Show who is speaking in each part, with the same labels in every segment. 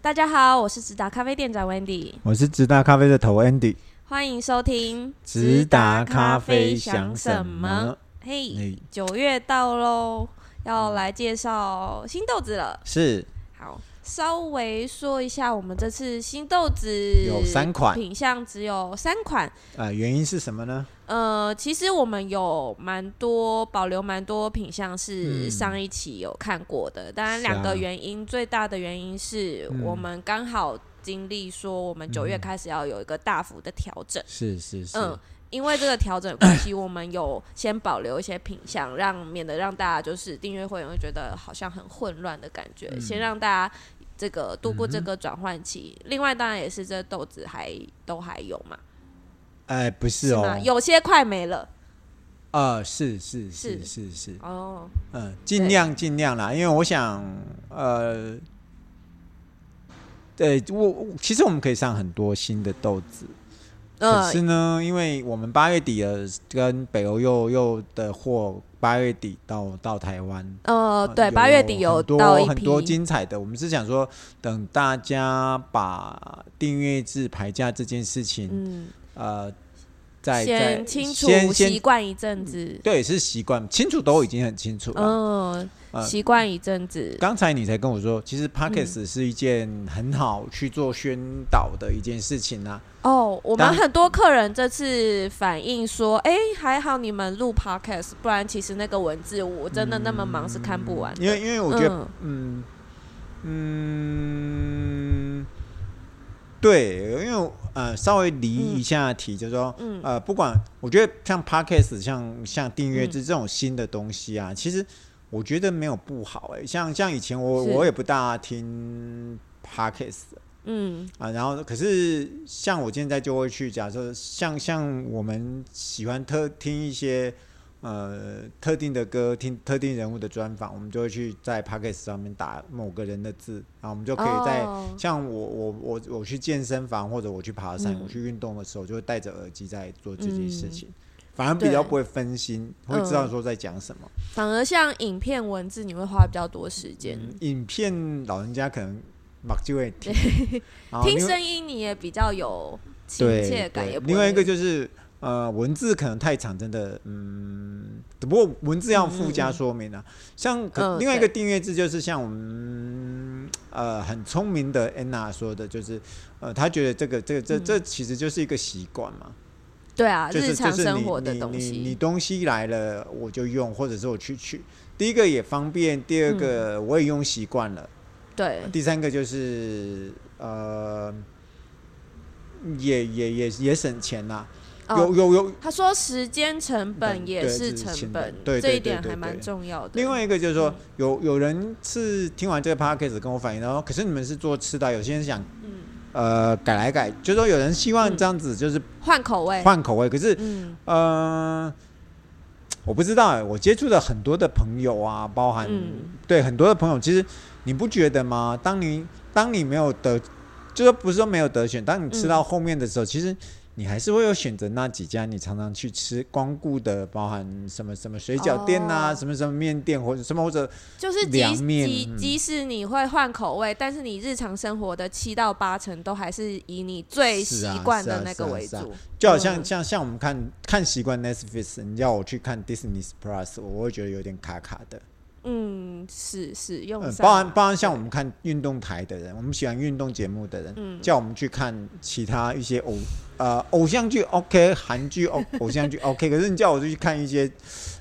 Speaker 1: 大家好，我是直达咖啡店长 Wendy，
Speaker 2: 我是直达咖啡的头 Andy，
Speaker 1: 欢迎收听？嘿、
Speaker 2: 嘿
Speaker 1: 九月到喽，要来介绍新豆子了。
Speaker 2: 是
Speaker 1: 好，稍微说一下，我们这次新豆子
Speaker 2: 有三款，
Speaker 1: 品相只有三款。
Speaker 2: 呃，原因是什么呢？
Speaker 1: 呃，其实我们有蛮多保留蛮多品相是
Speaker 2: 嗯
Speaker 1: 上一期有看过的，当然
Speaker 2: 是啊
Speaker 1: 两个原因，最大的原因是
Speaker 2: 嗯
Speaker 1: 我们刚好经历说我们九月开始要有一个大幅的调整，
Speaker 2: 是是是，
Speaker 1: 嗯，因为这个调整的关系，我们有先保留一些品相，让免得让大家就是订阅会员会觉得好像很混乱的感觉，
Speaker 2: 嗯
Speaker 1: 先让大家这个度过这个转换期。另外，当然也是这豆子还都还有嘛，
Speaker 2: 哎，不是
Speaker 1: 吗？
Speaker 2: 哦，
Speaker 1: 有些快没了
Speaker 2: 呃，是是
Speaker 1: 是
Speaker 2: 是是是，
Speaker 1: 哦，
Speaker 2: 嗯，尽量尽量啦，因为我想，呃，对我我其实我们可以上很多新的豆子，
Speaker 1: 嗯呃
Speaker 2: 可是呢，因为我们八月底的跟北欧又又的货，八月底到到台湾，
Speaker 1: 呃，
Speaker 2: 呃
Speaker 1: 对，八月底有
Speaker 2: 很多
Speaker 1: 到一
Speaker 2: 很
Speaker 1: 批，
Speaker 2: 多精彩的。我们是想说，等大家把订阅制排价这件事情，
Speaker 1: 嗯，
Speaker 2: 呃，在在
Speaker 1: 先清楚
Speaker 2: 先
Speaker 1: 习
Speaker 2: 先
Speaker 1: 惯一阵子，
Speaker 2: 对是习惯清楚都已经很清楚了。
Speaker 1: 嗯，
Speaker 2: 呃
Speaker 1: 习惯一阵子，
Speaker 2: 刚才你才跟我说，其
Speaker 1: 嗯
Speaker 2: 实 Pockets 是一件很好去做宣导的一件事情啊。
Speaker 1: 哦，我们
Speaker 2: 当
Speaker 1: 很多客人这次反映说，哎、还好你们录 podcast，不然其实那个文字我真的那么忙是看不完的。
Speaker 2: 因为因为我觉得，
Speaker 1: 嗯
Speaker 2: 嗯嗯，对，因为呃，稍微离一下题，就是说，
Speaker 1: 嗯
Speaker 2: 呃，不管我觉得像 podcast，像像订阅制
Speaker 1: 嗯
Speaker 2: 这种新的东西啊，其实我觉得没有不好哎、像像以前我
Speaker 1: 是
Speaker 2: 我也不大听 podcast
Speaker 1: 嗯
Speaker 2: 啊，然后可是像我现在就会去，假设像像我们喜欢特听一些呃特定的歌，听特定人物的专访，我们就会去在 p o c k e t 上面打某个人的字，然后我们就可以在、
Speaker 1: 哦
Speaker 2: 像我我我我去健身房或者我去爬山，
Speaker 1: 嗯
Speaker 2: 我去运动的时候，就会戴着耳机在做这件事
Speaker 1: 嗯
Speaker 2: 情。反而比
Speaker 1: 对
Speaker 2: 较
Speaker 1: 嗯
Speaker 2: 不会分心，会知道说在讲什么。
Speaker 1: 反而像影片文字，你会花比较多时间、
Speaker 2: 嗯影片老人家可能目睭 会听，然后
Speaker 1: 听
Speaker 2: 另外
Speaker 1: 声音，你也比较有亲
Speaker 2: 对
Speaker 1: 切感，
Speaker 2: 对
Speaker 1: 也不
Speaker 2: 另外一
Speaker 1: 会
Speaker 2: 个就是呃，文字可能太长，真的，嗯，只不过文字要附加说明啊。像可、
Speaker 1: 嗯
Speaker 2: 另外一个
Speaker 1: 对
Speaker 2: 订阅制，就是像我们呃很聪明的安娜说的，就是呃，她觉得这个这个这这其实就是一个习惯嘛，
Speaker 1: 对嗯啊，
Speaker 2: 就是
Speaker 1: 日常
Speaker 2: 就是
Speaker 1: 生
Speaker 2: 你
Speaker 1: 活的
Speaker 2: 你
Speaker 1: 东
Speaker 2: 你你
Speaker 1: 西，
Speaker 2: 东西来了我就用，或者是我去取。第一个也方便，第二个
Speaker 1: 嗯
Speaker 2: 我也用习惯了。
Speaker 1: 对，
Speaker 2: 第三个就是呃，也也也也省钱啦、
Speaker 1: 哦。
Speaker 2: 有有有，
Speaker 1: 他说时间成本
Speaker 2: 嗯
Speaker 1: 也
Speaker 2: 对
Speaker 1: 是
Speaker 2: 是
Speaker 1: 成
Speaker 2: 成
Speaker 1: 本
Speaker 2: 本，对
Speaker 1: 这一
Speaker 2: 对对
Speaker 1: 点
Speaker 2: 对
Speaker 1: 还蛮
Speaker 2: 对
Speaker 1: 重要的。
Speaker 2: 另外一个就是说，
Speaker 1: 嗯
Speaker 2: 有有人是听完这个 podcast 跟我反映，然后可是你们是做吃的，有些人想
Speaker 1: 嗯，
Speaker 2: 呃改来改，就是说有人希望
Speaker 1: 嗯
Speaker 2: 这样子就是
Speaker 1: 换口味，
Speaker 2: 换口味，可是
Speaker 1: 嗯
Speaker 2: 呃我不知道哎、我接触的很多的朋友啊，包含、
Speaker 1: 嗯
Speaker 2: 对很多的朋友，其实你不觉得吗？当你当你没有得，就说不是说没有得选，当你吃到后面的时候，其实。你还是会有选择那几家你常常去吃光顾的，包含什么什么水饺店
Speaker 1: 哦
Speaker 2: 呐、什么什么面店，或者什么或者
Speaker 1: 就是即
Speaker 2: 凉面
Speaker 1: 即
Speaker 2: 嗯
Speaker 1: 即使你会换口味，但是你日常生活的七到八成都还是以你最习
Speaker 2: 是啊
Speaker 1: 惯
Speaker 2: 是啊
Speaker 1: 的那个
Speaker 2: 是啊
Speaker 1: 为
Speaker 2: 是啊
Speaker 1: 主。
Speaker 2: 就好像、
Speaker 1: 嗯
Speaker 2: 像像我们看看习惯 Netflix，你要我去看 Disney Plus，我会觉得有点卡卡的。
Speaker 1: 嗯，是是用
Speaker 2: 嗯，
Speaker 1: 上
Speaker 2: 包含包含像我们看运动台的人，我们喜欢运动节目的人，
Speaker 1: 嗯
Speaker 2: 叫我们去看其他一些偶呃偶像剧 OK，韩剧 偶偶像剧 OK，可是你叫我就去看一些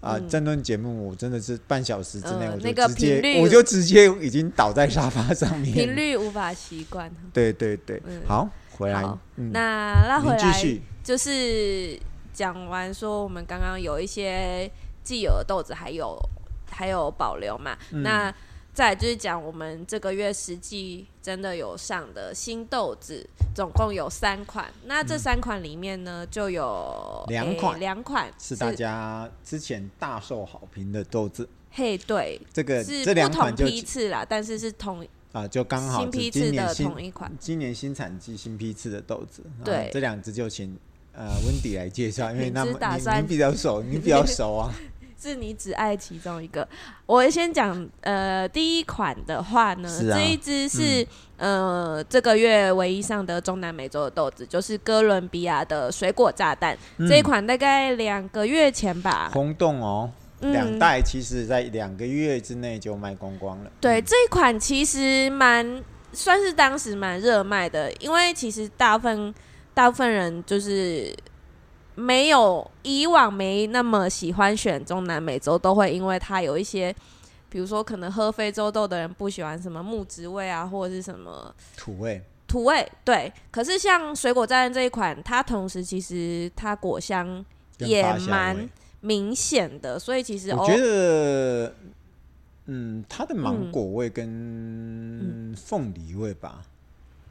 Speaker 2: 啊、
Speaker 1: 嗯
Speaker 2: 争论节目，我真的是半小时之内
Speaker 1: 嗯
Speaker 2: 我
Speaker 1: 那
Speaker 2: 就
Speaker 1: 个
Speaker 2: 直接、
Speaker 1: 频率
Speaker 2: 我就直接已经倒在沙发上面。
Speaker 1: 频率无法习惯。
Speaker 2: 对对对，
Speaker 1: 嗯
Speaker 2: 好，回来
Speaker 1: 好，
Speaker 2: 嗯，
Speaker 1: 那拉
Speaker 2: 您
Speaker 1: 回
Speaker 2: 继
Speaker 1: 来
Speaker 2: 续，
Speaker 1: 就是讲完说我们刚刚有一些既有的豆子还有还有保留嘛，
Speaker 2: 嗯
Speaker 1: 那再来就是讲我们这个月实际真的有上的新豆子，总共有三款。那这三款里面呢，就有
Speaker 2: 两
Speaker 1: 诶
Speaker 2: 款
Speaker 1: 两款
Speaker 2: 是大家之前大受好评的豆子，
Speaker 1: 嘿对，
Speaker 2: 这个
Speaker 1: 是
Speaker 2: 这两
Speaker 1: 不
Speaker 2: 款
Speaker 1: 同
Speaker 2: 就
Speaker 1: 批次啦，但是是同
Speaker 2: 啊、就刚好
Speaker 1: 新批
Speaker 2: 是
Speaker 1: 次
Speaker 2: 今年
Speaker 1: 的
Speaker 2: 新
Speaker 1: 同一款。
Speaker 2: 今年新产季新批次的豆子，啊
Speaker 1: 对
Speaker 2: 这两只就请呃温迪来介绍，因为
Speaker 1: 你
Speaker 2: 那
Speaker 1: 只
Speaker 2: 么
Speaker 1: 打
Speaker 2: 你
Speaker 1: 算
Speaker 2: 你比较熟，你比较熟啊，
Speaker 1: 是你只爱其中一个。我先讲，呃，第一款的话呢，
Speaker 2: 是啊嗯
Speaker 1: 这一支是、呃这个月唯一上的中南美洲的豆子，就是哥伦比亚的水果炸弹、
Speaker 2: 嗯
Speaker 1: 这一款，大概两个月前吧，
Speaker 2: 轰动哦，
Speaker 1: 嗯
Speaker 2: 两袋其实在两个月之内就卖光光了。嗯
Speaker 1: 对，这一款其实蛮算是当时蛮热卖的，因为其实大部分大部分人就是没有以往没那么喜欢选中南美洲，都会因为它有一些。比如说，可能喝非洲豆的人不喜欢什么木质味啊，或者是什么
Speaker 2: 土味，
Speaker 1: 土味，对。可是像水果战这一款，它同时其实它果香
Speaker 2: 跟
Speaker 1: 也
Speaker 2: 发酵味
Speaker 1: 蛮明显的，所以其实
Speaker 2: 我
Speaker 1: 哦
Speaker 2: 觉得，嗯，它的芒果味
Speaker 1: 嗯
Speaker 2: 跟凤梨味吧，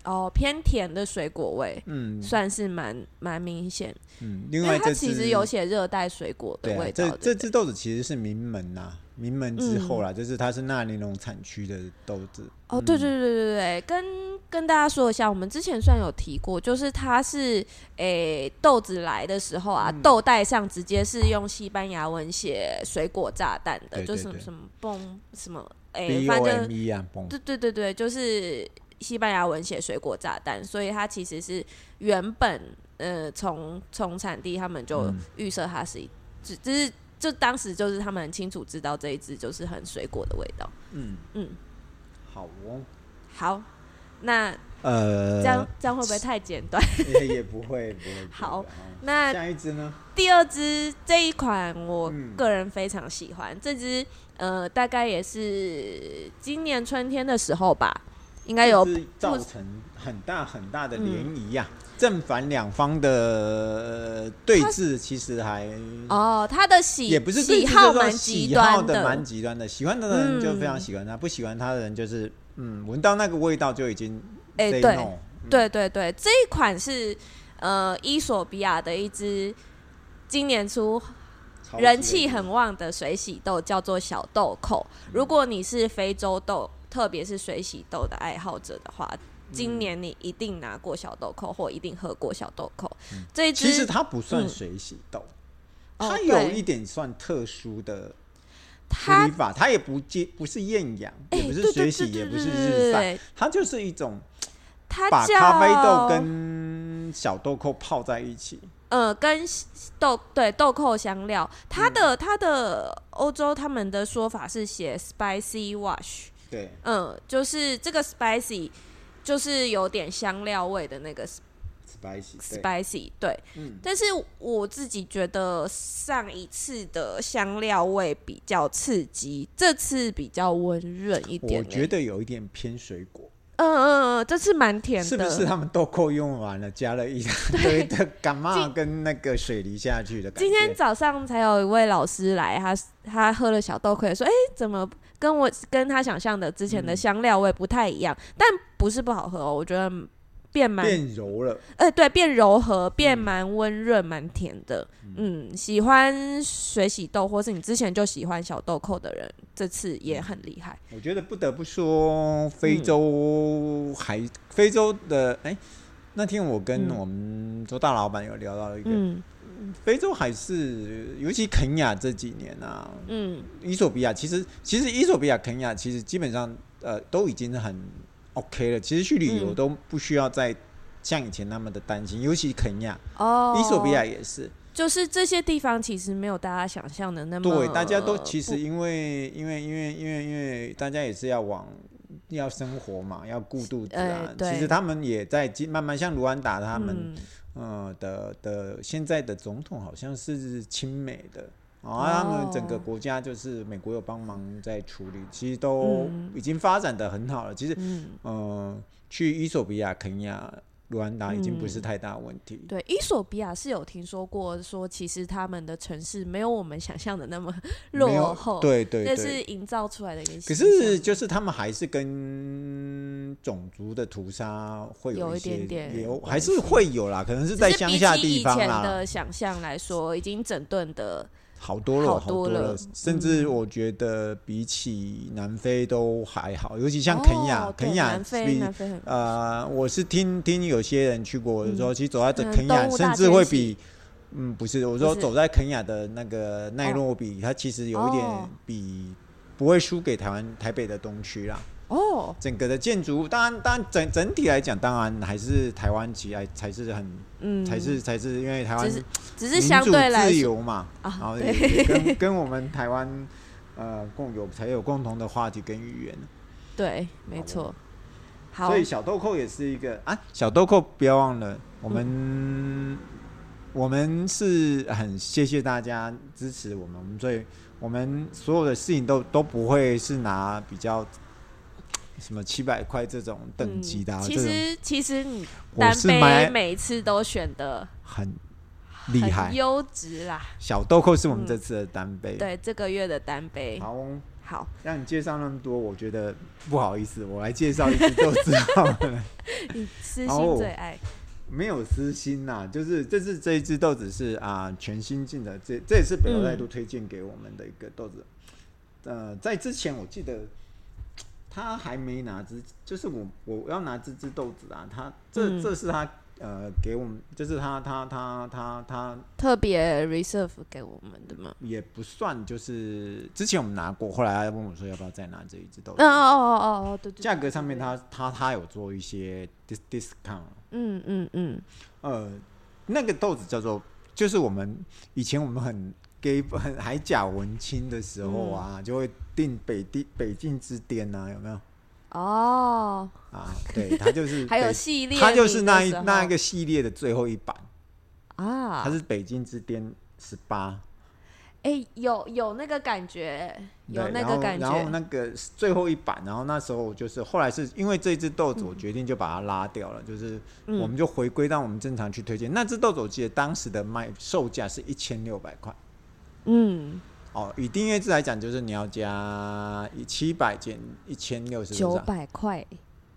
Speaker 1: 哦偏甜的水果味，
Speaker 2: 嗯
Speaker 1: 算是蛮蛮明显，
Speaker 2: 嗯。另
Speaker 1: 因
Speaker 2: 外
Speaker 1: 哎为它
Speaker 2: 这
Speaker 1: 其
Speaker 2: 只
Speaker 1: 实有写热带水果的
Speaker 2: 对啊
Speaker 1: 味，道
Speaker 2: 这
Speaker 1: 的。对
Speaker 2: 这
Speaker 1: 嗯
Speaker 2: 只豆子其实是名门呐、啊名门之后啦，就是它是纳尼龙产区的豆子，
Speaker 1: 哦，对对对对对，跟跟大家说一下，我们之前算有提过，就是它是诶豆子来的时候啊，
Speaker 2: 嗯
Speaker 1: 豆袋上直接是用西班牙文写水果炸弹的，
Speaker 2: 对对
Speaker 1: 就什么
Speaker 2: 对
Speaker 1: 什么蹦什么诶，
Speaker 2: B
Speaker 1: 反
Speaker 2: O
Speaker 1: 正
Speaker 2: M E 啊，嘣，
Speaker 1: 对对对对，就是西班牙文写水果炸弹，所以它其实是原本呃从从产地他们就
Speaker 2: 嗯
Speaker 1: 预设它是一，只只是就当时就是他们很清楚知道这一支就是很水果的味道。
Speaker 2: 嗯
Speaker 1: 嗯，
Speaker 2: 好哦，
Speaker 1: 好，那
Speaker 2: 呃，
Speaker 1: 这样、这样会不会太简短？
Speaker 2: 也也不会，不会，不会
Speaker 1: 好
Speaker 2: 的啊
Speaker 1: 那
Speaker 2: 下一只呢？
Speaker 1: 第二支这一款我
Speaker 2: 嗯
Speaker 1: 个人非常喜欢，这支呃大概也是今年春天的时候吧，应该有嗯
Speaker 2: 这是造成很大很大的涟漪呀、正反两方的呃对峙其实还
Speaker 1: 哦，它的喜
Speaker 2: 也不是对
Speaker 1: 喜
Speaker 2: 峙
Speaker 1: 好
Speaker 2: 就是说
Speaker 1: 蛮极
Speaker 2: 喜好
Speaker 1: 端
Speaker 2: 的，蛮极端的。喜欢他的人就非常
Speaker 1: 嗯
Speaker 2: 喜欢他，不喜欢他的人就是嗯，闻到那个味道就已经
Speaker 1: 哎
Speaker 2: say
Speaker 1: 对
Speaker 2: no 嗯
Speaker 1: 对对对，这一款是呃伊索比亚的一支今年初
Speaker 2: 超级
Speaker 1: 人气
Speaker 2: 的
Speaker 1: 很旺的水洗豆，叫做小豆蔻。
Speaker 2: 嗯
Speaker 1: 如果你是非洲豆，特别是水洗豆的爱好者的话，
Speaker 2: 嗯
Speaker 1: 今年你一定拿过小豆蔻，或一定喝过小豆蔻。这一支
Speaker 2: 嗯其实它不算
Speaker 1: 嗯
Speaker 2: 水洗豆，
Speaker 1: 哦
Speaker 2: 它有
Speaker 1: 对
Speaker 2: 一点算特殊的处
Speaker 1: 它
Speaker 2: 理法，它也不接不是艳阳，
Speaker 1: 哎
Speaker 2: 也不是
Speaker 1: 对对
Speaker 2: 水
Speaker 1: 对
Speaker 2: 洗，
Speaker 1: 对
Speaker 2: 也
Speaker 1: 对
Speaker 2: 不是
Speaker 1: 对对对
Speaker 2: 日晒
Speaker 1: 对，
Speaker 2: 它就是一种
Speaker 1: 它
Speaker 2: 把
Speaker 1: 叫
Speaker 2: 咖啡豆跟小豆蔻泡在一起。
Speaker 1: 呃，跟西豆对豆蔻香料，它
Speaker 2: 嗯
Speaker 1: 的、它的欧洲他们的说法是写 spicy wash，
Speaker 2: 对，
Speaker 1: 嗯，就是这个 spicy 就是有点香料味的那个
Speaker 2: spicy，对
Speaker 1: spicy，对。
Speaker 2: 嗯
Speaker 1: 但是我自己觉得上一次的香料味比较刺激，这次比较温润一点、
Speaker 2: 我觉
Speaker 1: 得，
Speaker 2: 得有一点偏水果，
Speaker 1: 嗯嗯嗯，这次蛮甜的，
Speaker 2: 是不是他们豆蔻用完了，加了一大堆的 干嘛跟那个水梨下去的感觉？
Speaker 1: 今天早上才有一位老师来，他他喝了小豆蔻，说：“哎、怎么跟我跟他想象的之前
Speaker 2: 嗯
Speaker 1: 的香料味不太一样？但不是不好喝哦，我觉得变蛮……
Speaker 2: 变柔了，
Speaker 1: 呃，对，变柔和，
Speaker 2: 嗯
Speaker 1: 变蛮温润，蛮甜的。嗯，喜欢水洗豆，或是你之前就喜欢小豆蔻的人，这次也
Speaker 2: 嗯
Speaker 1: 很厉害。
Speaker 2: 我觉得不得不说，非洲还、非洲的哎、那天我跟
Speaker 1: 嗯
Speaker 2: 我们周大老板有聊到一个，
Speaker 1: 嗯
Speaker 2: 非洲还是尤其肯雅这几年啊，
Speaker 1: 嗯，
Speaker 2: 伊索比亚其实其实伊索比亚、肯亚其实基本上呃都已经很 OK 了，其实去旅游
Speaker 1: 嗯
Speaker 2: 都不需要再像以前那么的担心，尤其肯亚、
Speaker 1: 哦，
Speaker 2: 伊索比亚也是，
Speaker 1: 就是这些地方，其实没有大家想象的那么呃
Speaker 2: 对，大家都其
Speaker 1: 不
Speaker 2: 实因为因为因为因为因为大家也是要往。要生活嘛，要顾肚子啊
Speaker 1: 哎。对
Speaker 2: 其实他们也在进慢慢像卢安达他们
Speaker 1: 嗯
Speaker 2: 呃的的现在的总统好像是亲美的。啊，他们整个
Speaker 1: 哦
Speaker 2: 国家就是美国有帮忙在处理，其实都
Speaker 1: 嗯
Speaker 2: 已经发展的很好了。其实，
Speaker 1: 嗯
Speaker 2: 呃，去伊索比亚、肯亚、卢安达已经不是
Speaker 1: 嗯
Speaker 2: 太大问题。
Speaker 1: 对，伊索比亚是有听说过，说其实他们的城市没有我们想象的那么
Speaker 2: 没有
Speaker 1: 落后，，
Speaker 2: 对对
Speaker 1: 这
Speaker 2: 对。
Speaker 1: 是营造出来的一个形象。
Speaker 2: 可是，就是他们还是跟种族的屠杀会
Speaker 1: 有
Speaker 2: 一
Speaker 1: 一
Speaker 2: 些，
Speaker 1: 点点
Speaker 2: 有还
Speaker 1: 关
Speaker 2: 是
Speaker 1: 系
Speaker 2: 会有啦，可能是
Speaker 1: 只
Speaker 2: 在
Speaker 1: 是
Speaker 2: 乡
Speaker 1: 比
Speaker 2: 下
Speaker 1: 起
Speaker 2: 地方
Speaker 1: 以前
Speaker 2: 啦。
Speaker 1: 的想象来说，已经整顿的，
Speaker 2: 好多了，
Speaker 1: 好
Speaker 2: 好
Speaker 1: 多
Speaker 2: 多
Speaker 1: 了嗯
Speaker 2: 甚至我觉得比起南非都还好，尤其像肯亚，
Speaker 1: 哦对
Speaker 2: 肯亚
Speaker 1: 南非，
Speaker 2: 比
Speaker 1: 南非很
Speaker 2: 呃，我是听听有些人去过的时候，其实走在这
Speaker 1: 嗯
Speaker 2: 肯亚，
Speaker 1: 动物
Speaker 2: 甚
Speaker 1: 大
Speaker 2: 至
Speaker 1: 迁
Speaker 2: 会
Speaker 1: 徙
Speaker 2: 比嗯，不是，我说
Speaker 1: 不是
Speaker 2: 走在肯雅的那个奈洛比，它其实有一点
Speaker 1: 哦
Speaker 2: 比不会输给台湾台北的东区啦。
Speaker 1: 哦，
Speaker 2: 整个的建筑物，当然，当然整整体来讲，当然还是台湾起来才是很，
Speaker 1: 嗯，
Speaker 2: 才是才是因为台湾
Speaker 1: 只是只是
Speaker 2: 民
Speaker 1: 相
Speaker 2: 主
Speaker 1: 对来
Speaker 2: 自
Speaker 1: 说
Speaker 2: 由嘛，然
Speaker 1: 啊，
Speaker 2: 后也
Speaker 1: 对
Speaker 2: 也 跟跟我们台湾呃共有才有共同的话题跟语言。
Speaker 1: 对，没错。好
Speaker 2: 所，以小豆蔻也是一个啊，小豆蔻不要忘了，我们、
Speaker 1: 嗯
Speaker 2: 我们是很谢谢大家支持我们，我们所以我们所有的事情都都不会是拿比较什么七百块这种等级的、啊
Speaker 1: 嗯
Speaker 2: 这
Speaker 1: 其
Speaker 2: 种
Speaker 1: 实其实你
Speaker 2: 我
Speaker 1: 单
Speaker 2: 是
Speaker 1: 杯
Speaker 2: 买
Speaker 1: 每次都选的
Speaker 2: 很厉害。
Speaker 1: 优质啦。
Speaker 2: 小豆蔻是我们这次的单杯，
Speaker 1: 嗯对，这个月的单杯，
Speaker 2: 好哦。
Speaker 1: 好，
Speaker 2: 让你介绍那么多，我觉得不好意思，我来介绍一次就知道了。
Speaker 1: 你私
Speaker 2: 好哦
Speaker 1: 心最爱，
Speaker 2: 没有私心呐、就是这是这一支豆子是啊、全新进的，这这也是北
Speaker 1: 嗯
Speaker 2: 欧态度推荐给我们的一个豆子。呃，在之前我记得他还没拿之，就是我我要拿这支豆子啊，他这
Speaker 1: 嗯
Speaker 2: 这是他呃给我们，就是他他他他他
Speaker 1: 特别 reserve 给我们的吗？
Speaker 2: 也不算，就是之前我们拿过，后来他问我说要不要再拿这一支豆
Speaker 1: 嗯
Speaker 2: 子，
Speaker 1: 哦哦哦哦，对对，对
Speaker 2: 价格上面，他他他有做一些 dis discount。
Speaker 1: 嗯嗯嗯，
Speaker 2: 呃，那个豆子叫做，就是我们以前我们很 gay 很还假文青的时候啊，
Speaker 1: 嗯
Speaker 2: 就会订北地北境之巅啊，有没有？
Speaker 1: 哦，
Speaker 2: 啊，对，它就是
Speaker 1: 还有
Speaker 2: 北
Speaker 1: 系列名的时候，
Speaker 2: 它就是那一那一个系列的最后一版，它
Speaker 1: 啊，
Speaker 2: 是北境之巅十八，
Speaker 1: 哎，有有那个感觉，有
Speaker 2: 对
Speaker 1: 那
Speaker 2: 然
Speaker 1: 个
Speaker 2: 后
Speaker 1: 感
Speaker 2: 然后
Speaker 1: 觉，
Speaker 2: 那个最后一版，然后那时候就是后来是因为这只豆子，我决定就把它拉掉了，就是
Speaker 1: 嗯
Speaker 2: 我们就回归到我们正常去推荐。那只豆子我记得当时的卖售价是一千六百块。
Speaker 1: 嗯，
Speaker 2: 哦，以订阅制来讲，就是你要加七百减一千六，是不
Speaker 1: 九
Speaker 2: 是、啊？
Speaker 1: 百块，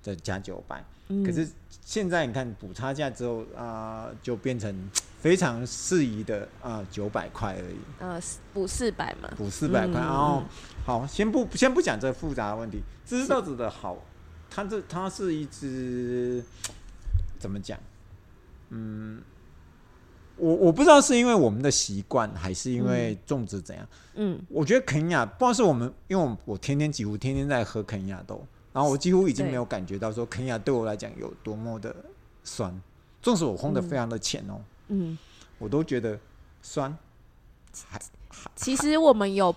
Speaker 2: 再加九百、
Speaker 1: 嗯
Speaker 2: 可是现在你看补差价之后啊、就变成非常适宜的啊九百块而已，
Speaker 1: 呃，四补四百嘛，
Speaker 2: 补四百
Speaker 1: 嗯
Speaker 2: 块。然后好，先不先不讲这复杂的问题，这只豆子的好，它这它是一只怎么讲？嗯。嗯我我不知道是因为我们的习惯，还是因为种植怎样，
Speaker 1: 嗯，
Speaker 2: 我觉得肯亚，不知道是我们，因为我我天天几乎天天在喝肯亚豆，然后我几乎已经
Speaker 1: 对
Speaker 2: 没有感觉到说肯亚对我来讲有多么的酸，纵使我烘的非常的浅哦，
Speaker 1: 嗯，
Speaker 2: 我都觉得酸。
Speaker 1: 其实我们有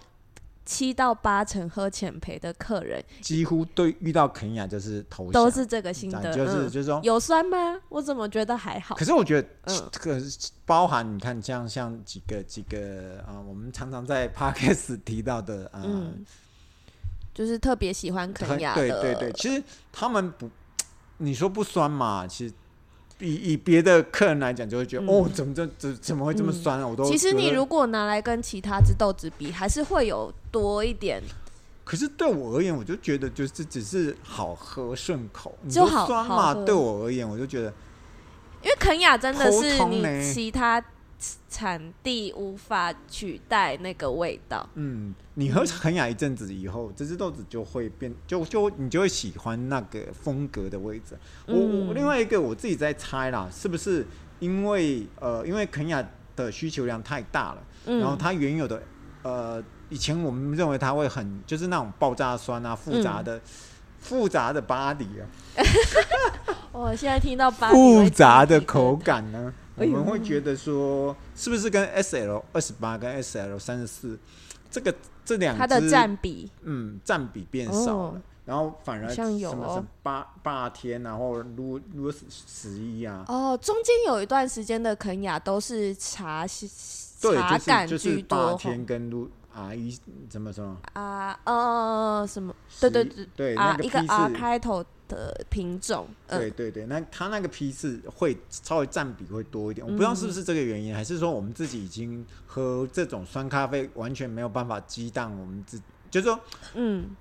Speaker 1: 七到八成喝浅焙的客人
Speaker 2: 几乎对遇到肯亚就是投
Speaker 1: 都
Speaker 2: 降
Speaker 1: 是这个心
Speaker 2: 啊讲
Speaker 1: 得，
Speaker 2: 就是、
Speaker 1: 嗯
Speaker 2: 就是说，
Speaker 1: 有酸吗？我怎么觉得还好
Speaker 2: 可？是我觉得
Speaker 1: 嗯
Speaker 2: 这个包含你看像像几个几个啊、呃我们常常在 podcast 提到的啊、呃
Speaker 1: 嗯，就是特别喜欢肯雅
Speaker 2: 对
Speaker 1: 的，
Speaker 2: 对对，其实他们不，你说不酸嘛，其实。以以别的客人来讲，就会觉得、
Speaker 1: 嗯
Speaker 2: 哦，怎么这怎怎么会这么酸啊？我都
Speaker 1: 其实
Speaker 2: 觉
Speaker 1: 你
Speaker 2: 得
Speaker 1: 如果拿来跟其他只豆子比，还是会有多一点，
Speaker 2: 可是对我而言，我就觉得就是只是好喝顺口，你
Speaker 1: 就
Speaker 2: 说
Speaker 1: 好
Speaker 2: 酸
Speaker 1: 好
Speaker 2: 嘛。
Speaker 1: 喝
Speaker 2: 对我而言，我就觉得
Speaker 1: 因为肯雅真的
Speaker 2: 沟
Speaker 1: 是
Speaker 2: 通呢
Speaker 1: 你其他产地无法取代那个味道。
Speaker 2: 嗯，你喝肯雅一阵子以后，这只豆子就会变，就就你就会喜欢那个风格的位置。我
Speaker 1: 嗯
Speaker 2: 我另外一个我自己在猜啦，是不是因为呃，因为肯雅的需求量太大了，
Speaker 1: 嗯，
Speaker 2: 然后它原有的呃，以前我们认为它会很就是那种爆炸酸啊，复杂
Speaker 1: 嗯
Speaker 2: 的、复杂的 body 啊，
Speaker 1: 我哦现在听到巴黎
Speaker 2: 复
Speaker 1: 会
Speaker 2: 杂
Speaker 1: 鸡皮
Speaker 2: 的
Speaker 1: 疙瘩
Speaker 2: 口感呢，我
Speaker 1: 哎呦
Speaker 2: 们会觉得说是不是跟 S L 二十八跟 S L 三十四这个这两
Speaker 1: 它的
Speaker 2: 只
Speaker 1: 占比，
Speaker 2: 嗯占比变少了。
Speaker 1: 哦
Speaker 2: 然后反而
Speaker 1: 好
Speaker 2: 什
Speaker 1: 像
Speaker 2: 么
Speaker 1: 有
Speaker 2: 什
Speaker 1: 哦
Speaker 2: 么八霸天啊，然后撸撸十一啊，
Speaker 1: 哦，中间有一段时间的肯雅都是茶
Speaker 2: 对，
Speaker 1: 茶感
Speaker 2: 就是就是
Speaker 1: 居
Speaker 2: 霸
Speaker 1: 多吼
Speaker 2: 天跟撸啊一怎么什么，
Speaker 1: 啊，呃，什么？对对对
Speaker 2: 对，那
Speaker 1: 啊，
Speaker 2: 个
Speaker 1: 一个
Speaker 2: P 是
Speaker 1: R 开头的品种，
Speaker 2: 对
Speaker 1: 嗯，
Speaker 2: 对对，那他那个批次会稍微占比会多一点，我不知道是不
Speaker 1: 嗯
Speaker 2: 是这个原因，还是说我们自己已经喝这种酸咖啡完全没有办法激荡我们自，就是说
Speaker 1: 嗯，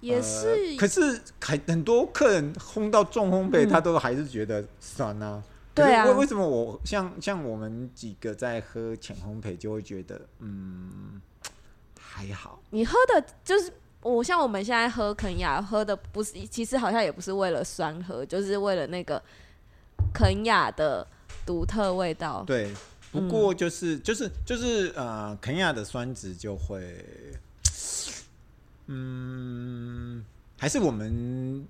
Speaker 1: 也
Speaker 2: 呃
Speaker 1: 是，
Speaker 2: 可是还很多客人烘到重烘焙，
Speaker 1: 嗯
Speaker 2: 他都还是觉得酸啊。
Speaker 1: 对
Speaker 2: 可是
Speaker 1: 啊
Speaker 2: 为为什么我像像我们几个在喝浅烘焙就会觉得嗯还好，
Speaker 1: 你喝的就是我像我们现在喝肯雅喝的不是，其实好像也不是为了酸喝，就是为了那个肯雅的独特味道。
Speaker 2: 对，不
Speaker 1: 嗯
Speaker 2: 过就是、就是就是呃，肯亚的酸值就会，嗯，还是我们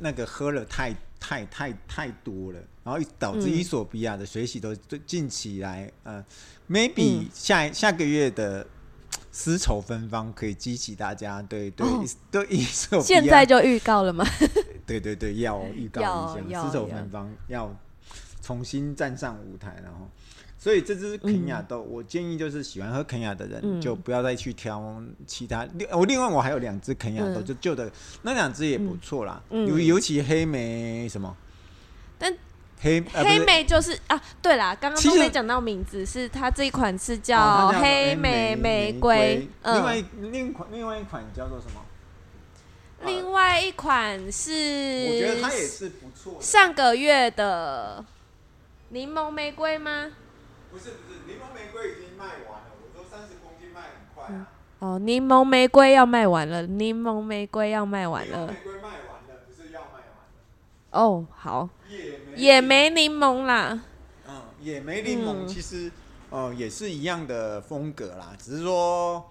Speaker 2: 那个喝了太太太太多了，然后一导致
Speaker 1: 嗯
Speaker 2: 伊索比亚的水洗都最近期来，呃，maybe
Speaker 1: 嗯
Speaker 2: 下下个月的。丝绸芬芳可以激起大家对对、
Speaker 1: 哦
Speaker 2: 对伊索比亚
Speaker 1: 现在就预告了吗？
Speaker 2: 对对对，要预告
Speaker 1: 要
Speaker 2: 一下，
Speaker 1: 要
Speaker 2: 失手芬芳要重新站上舞台，然后，所以这支肯亚豆，我建议就是喜欢喝肯亚的人、
Speaker 1: 嗯
Speaker 2: 就不要再去挑其他。另我另外我还有两支肯亚豆，
Speaker 1: 嗯
Speaker 2: 就旧的那两支也不错啦，
Speaker 1: 嗯
Speaker 2: 尤、
Speaker 1: 嗯
Speaker 2: 尤其黑莓什么，
Speaker 1: 但
Speaker 2: 黑呃不
Speaker 1: 黑
Speaker 2: 是
Speaker 1: 莓就是啊，对啦，刚刚
Speaker 2: 其
Speaker 1: 都
Speaker 2: 实
Speaker 1: 没讲到名字，是它这一款是叫
Speaker 2: 哦它叫
Speaker 1: 黑
Speaker 2: 莓
Speaker 1: 莓玫
Speaker 2: 瑰
Speaker 1: 瑰，，
Speaker 2: 另外
Speaker 1: 嗯，
Speaker 2: 一另一款另外一款叫做什么？呃
Speaker 1: 另外一款
Speaker 2: 我觉得它也
Speaker 1: 是
Speaker 2: 是不错的，
Speaker 1: 上个月的柠檬玫瑰吗？
Speaker 2: 不是不是，柠檬玫瑰已经卖完了，我说三十公斤卖很快啊。
Speaker 1: 哦，柠檬玫瑰要卖完了，柠檬玫瑰要卖完
Speaker 2: 因为
Speaker 1: 了
Speaker 2: 玫。瑰卖完了，不是要卖完
Speaker 1: 哦，好，
Speaker 2: 了，野莓
Speaker 1: 野，莓柠檬啦，
Speaker 2: 嗯，野莓柠檬
Speaker 1: 嗯
Speaker 2: 其实，呃，也是一样的风格啦，只是说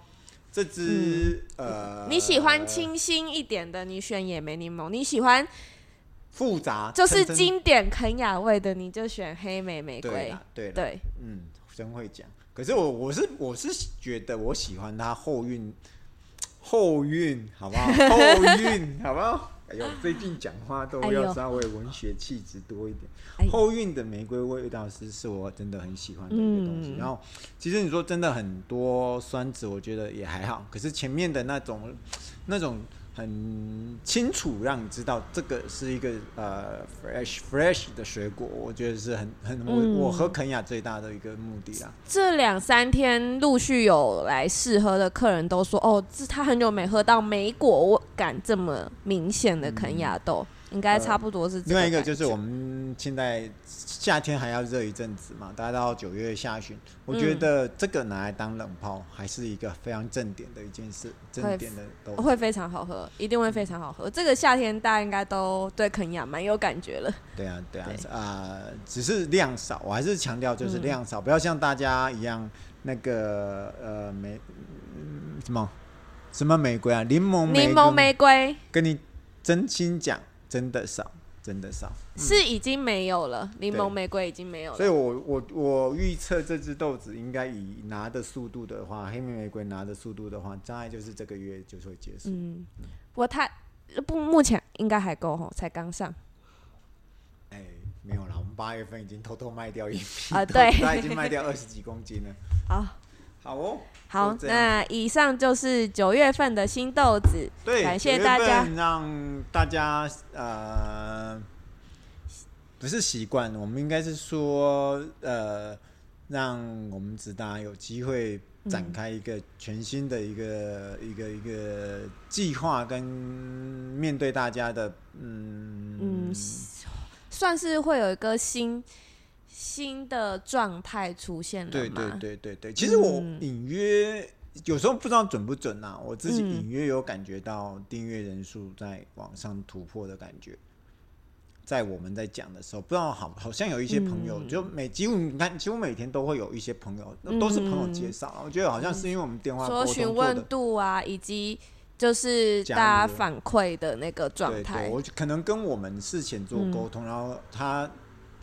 Speaker 2: 这支、呃，
Speaker 1: 嗯你喜欢清新一点的，你选野莓柠檬；你喜欢
Speaker 2: 复杂，
Speaker 1: 就是
Speaker 2: 真正
Speaker 1: 经典肯雅味的，你就选黑莓玫
Speaker 2: 对
Speaker 1: 瑰
Speaker 2: 啦。，对啦，
Speaker 1: 对，
Speaker 2: 嗯，真会讲。可是我我是我是觉得我喜欢它后韵，后韵好 不好？后韵好不好？哎呦，最近讲话都
Speaker 1: 哎
Speaker 2: 要
Speaker 1: 呦
Speaker 2: 稍微文学气质多一点。
Speaker 1: 哎
Speaker 2: 后韵的玫瑰味道是是我真的很喜欢的一个东西。
Speaker 1: 嗯
Speaker 2: 然后其实你说真的很多酸子，我觉得也还好。可是前面的那种那种很清楚让你知道这个是一个呃 fresh fresh 的水果，我觉得是很很我、
Speaker 1: 嗯
Speaker 2: 我喝肯雅最大的一个目的啦。
Speaker 1: 这两三天陆续有来试喝的客人都说，哦，这他很久没喝到莓果感这么明显的肯雅豆，应该差不多是这
Speaker 2: 嗯呃另外一个就是
Speaker 1: 感
Speaker 2: 我
Speaker 1: 觉
Speaker 2: 们现在夏天还要热一阵子嘛，大概到九月下旬，我
Speaker 1: 嗯
Speaker 2: 觉得这个拿来当冷泡还是一个非常正点的一件事，正
Speaker 1: 会
Speaker 2: 点的都
Speaker 1: 会非常好喝，一定会非常好喝。这个夏天大家应该都对肯雅蛮有感觉了。
Speaker 2: 对啊，对啊
Speaker 1: 对，嗯
Speaker 2: 啊、只是量少，我还是强调就是量少，不要像大家一样那个呃玫、嗯什么什么玫瑰啊，柠檬
Speaker 1: 柠檬
Speaker 2: 瑰，
Speaker 1: 玫瑰
Speaker 2: 跟你真心讲，真的少，真的少。
Speaker 1: 是已经没有了，柠
Speaker 2: 对
Speaker 1: 檬玫瑰已经没有了
Speaker 2: 所以。我我我预测这只豆子应该以拿的速度的话，黑莓玫瑰拿的速度的话，大概就是这个月就会结束。
Speaker 1: 嗯，我他不目前应该还够吼，才刚上
Speaker 2: 哎、没有啦，我们八月份已经偷偷卖掉一批
Speaker 1: 啊
Speaker 2: 豆子
Speaker 1: 对
Speaker 2: 它已经卖掉二十几公斤了。
Speaker 1: 啊。
Speaker 2: 好哦，
Speaker 1: 好
Speaker 2: 就，这样
Speaker 1: 那以上就是九月份的新豆子，
Speaker 2: 对，
Speaker 1: 感谢
Speaker 2: 九月
Speaker 1: 大家
Speaker 2: 份让大家呃，不是习惯，我们应该是说呃，让我们直达有机会展开一个全新的一个、一个一个计划，跟面对大家的嗯
Speaker 1: 嗯，算是会有一个新新的状态出现了
Speaker 2: 对
Speaker 1: 嘛
Speaker 2: 对对对对，其实我
Speaker 1: 嗯
Speaker 2: 隐约有时候不知道准不准啊，我自己
Speaker 1: 嗯
Speaker 2: 隐约有感觉到订阅人数在往上突破的感觉。在我们在讲的时候，不知道好，好像有一些朋友，
Speaker 1: 嗯
Speaker 2: 就每几乎你看，几乎每天都会有一些朋友，都是朋友介绍。
Speaker 1: 嗯
Speaker 2: 我觉得好像是因为我们电话沟
Speaker 1: 说询
Speaker 2: 通做
Speaker 1: 问
Speaker 2: 的，
Speaker 1: 度啊，以及就是
Speaker 2: 加
Speaker 1: 大
Speaker 2: 入
Speaker 1: 家反馈的那个状
Speaker 2: 对
Speaker 1: 态
Speaker 2: 对，，我可能跟我们事前做
Speaker 1: 嗯
Speaker 2: 沟通，然后他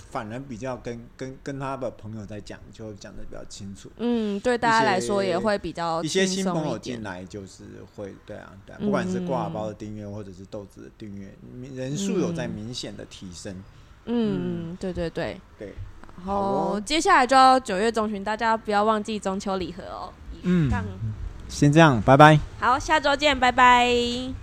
Speaker 2: 反而比较跟跟跟他的朋友在讲，就会讲的比较清楚。
Speaker 1: 嗯，对大家来说
Speaker 2: 一些
Speaker 1: 也会比较
Speaker 2: 一些
Speaker 1: 轻
Speaker 2: 新
Speaker 1: 松
Speaker 2: 朋
Speaker 1: 一
Speaker 2: 友
Speaker 1: 点嗯
Speaker 2: 进来就是会，对啊，对啊，不管是挂包的订阅或者是豆子的订阅，人数有在明显的提升。
Speaker 1: 嗯，对对对。
Speaker 2: 对，
Speaker 1: 然
Speaker 2: 好
Speaker 1: 后
Speaker 2: 哦
Speaker 1: 接下来就要九月中旬，大家不要忘记中秋礼盒哦。以
Speaker 2: 嗯
Speaker 1: 上
Speaker 2: 先这样，拜拜。
Speaker 1: 好，下周见，拜拜。